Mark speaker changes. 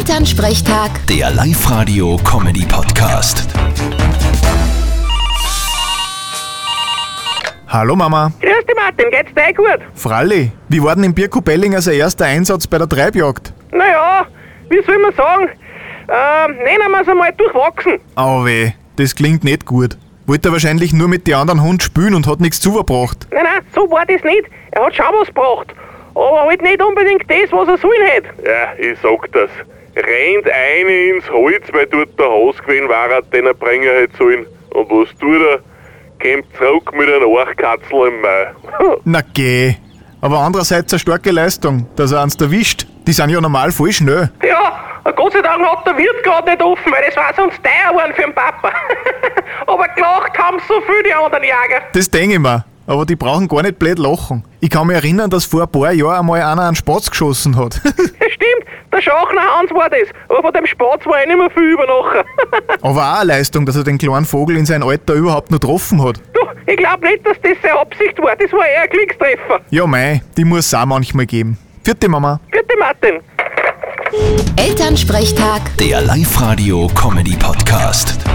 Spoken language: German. Speaker 1: Elternsprechtag,
Speaker 2: Der Live-Radio-Comedy-Podcast.
Speaker 3: Hallo Mama.
Speaker 4: Grüß dich, Martin, geht's dir gut?
Speaker 3: Fralli, wie war denn im Birko Bellinger sein erster Einsatz bei der Treibjagd?
Speaker 4: Naja, wie soll man sagen? Ähm, nennen wir es einmal durchwachsen.
Speaker 3: Au weh, das klingt nicht gut. Wollte er wahrscheinlich nur mit den anderen Hund spielen und hat nichts zugebracht.
Speaker 4: Nein, nein, so war das nicht. Er hat schon was gebracht. Aber halt nicht unbedingt das, was er sollen hätte.
Speaker 5: Ja, ich sag das. Rennt eine ins Holz, weil dort der Hase gewesen war, den er bringen hätte sollen. Und was tut er? Kommt zurück mit einem Archkatzel im Mai.
Speaker 3: Na geh. Aber andererseits eine starke Leistung, dass er uns erwischt. Die sind ja normal voll schnell.
Speaker 4: Ja, Gott sei Dank hat der Wirt gerade nicht offen, weil das war sonst teuer geworden für den Papa. Aber gelacht haben so viele die anderen Jäger.
Speaker 3: Das denke ich mir. Aber die brauchen gar nicht blöd lachen. Ich kann mich erinnern, dass vor ein paar Jahren einmal einer einen Spatz geschossen hat.
Speaker 4: Ja, stimmt, der Schachner Hans war das. Aber von dem Spatz war ich nicht mehr viel über nachher.
Speaker 3: Aber auch eine Leistung, dass er den kleinen Vogel in sein Alter überhaupt noch getroffen hat.
Speaker 4: du, ich glaub nicht, dass das seine Absicht war. Das war eher ein Glückstreffer.
Speaker 3: Ja mei, die muss es auch manchmal geben. Vierte Mama.
Speaker 4: Bitte, Martin.
Speaker 1: Elternsprechtag.
Speaker 2: Der Live-Radio-Comedy-Podcast.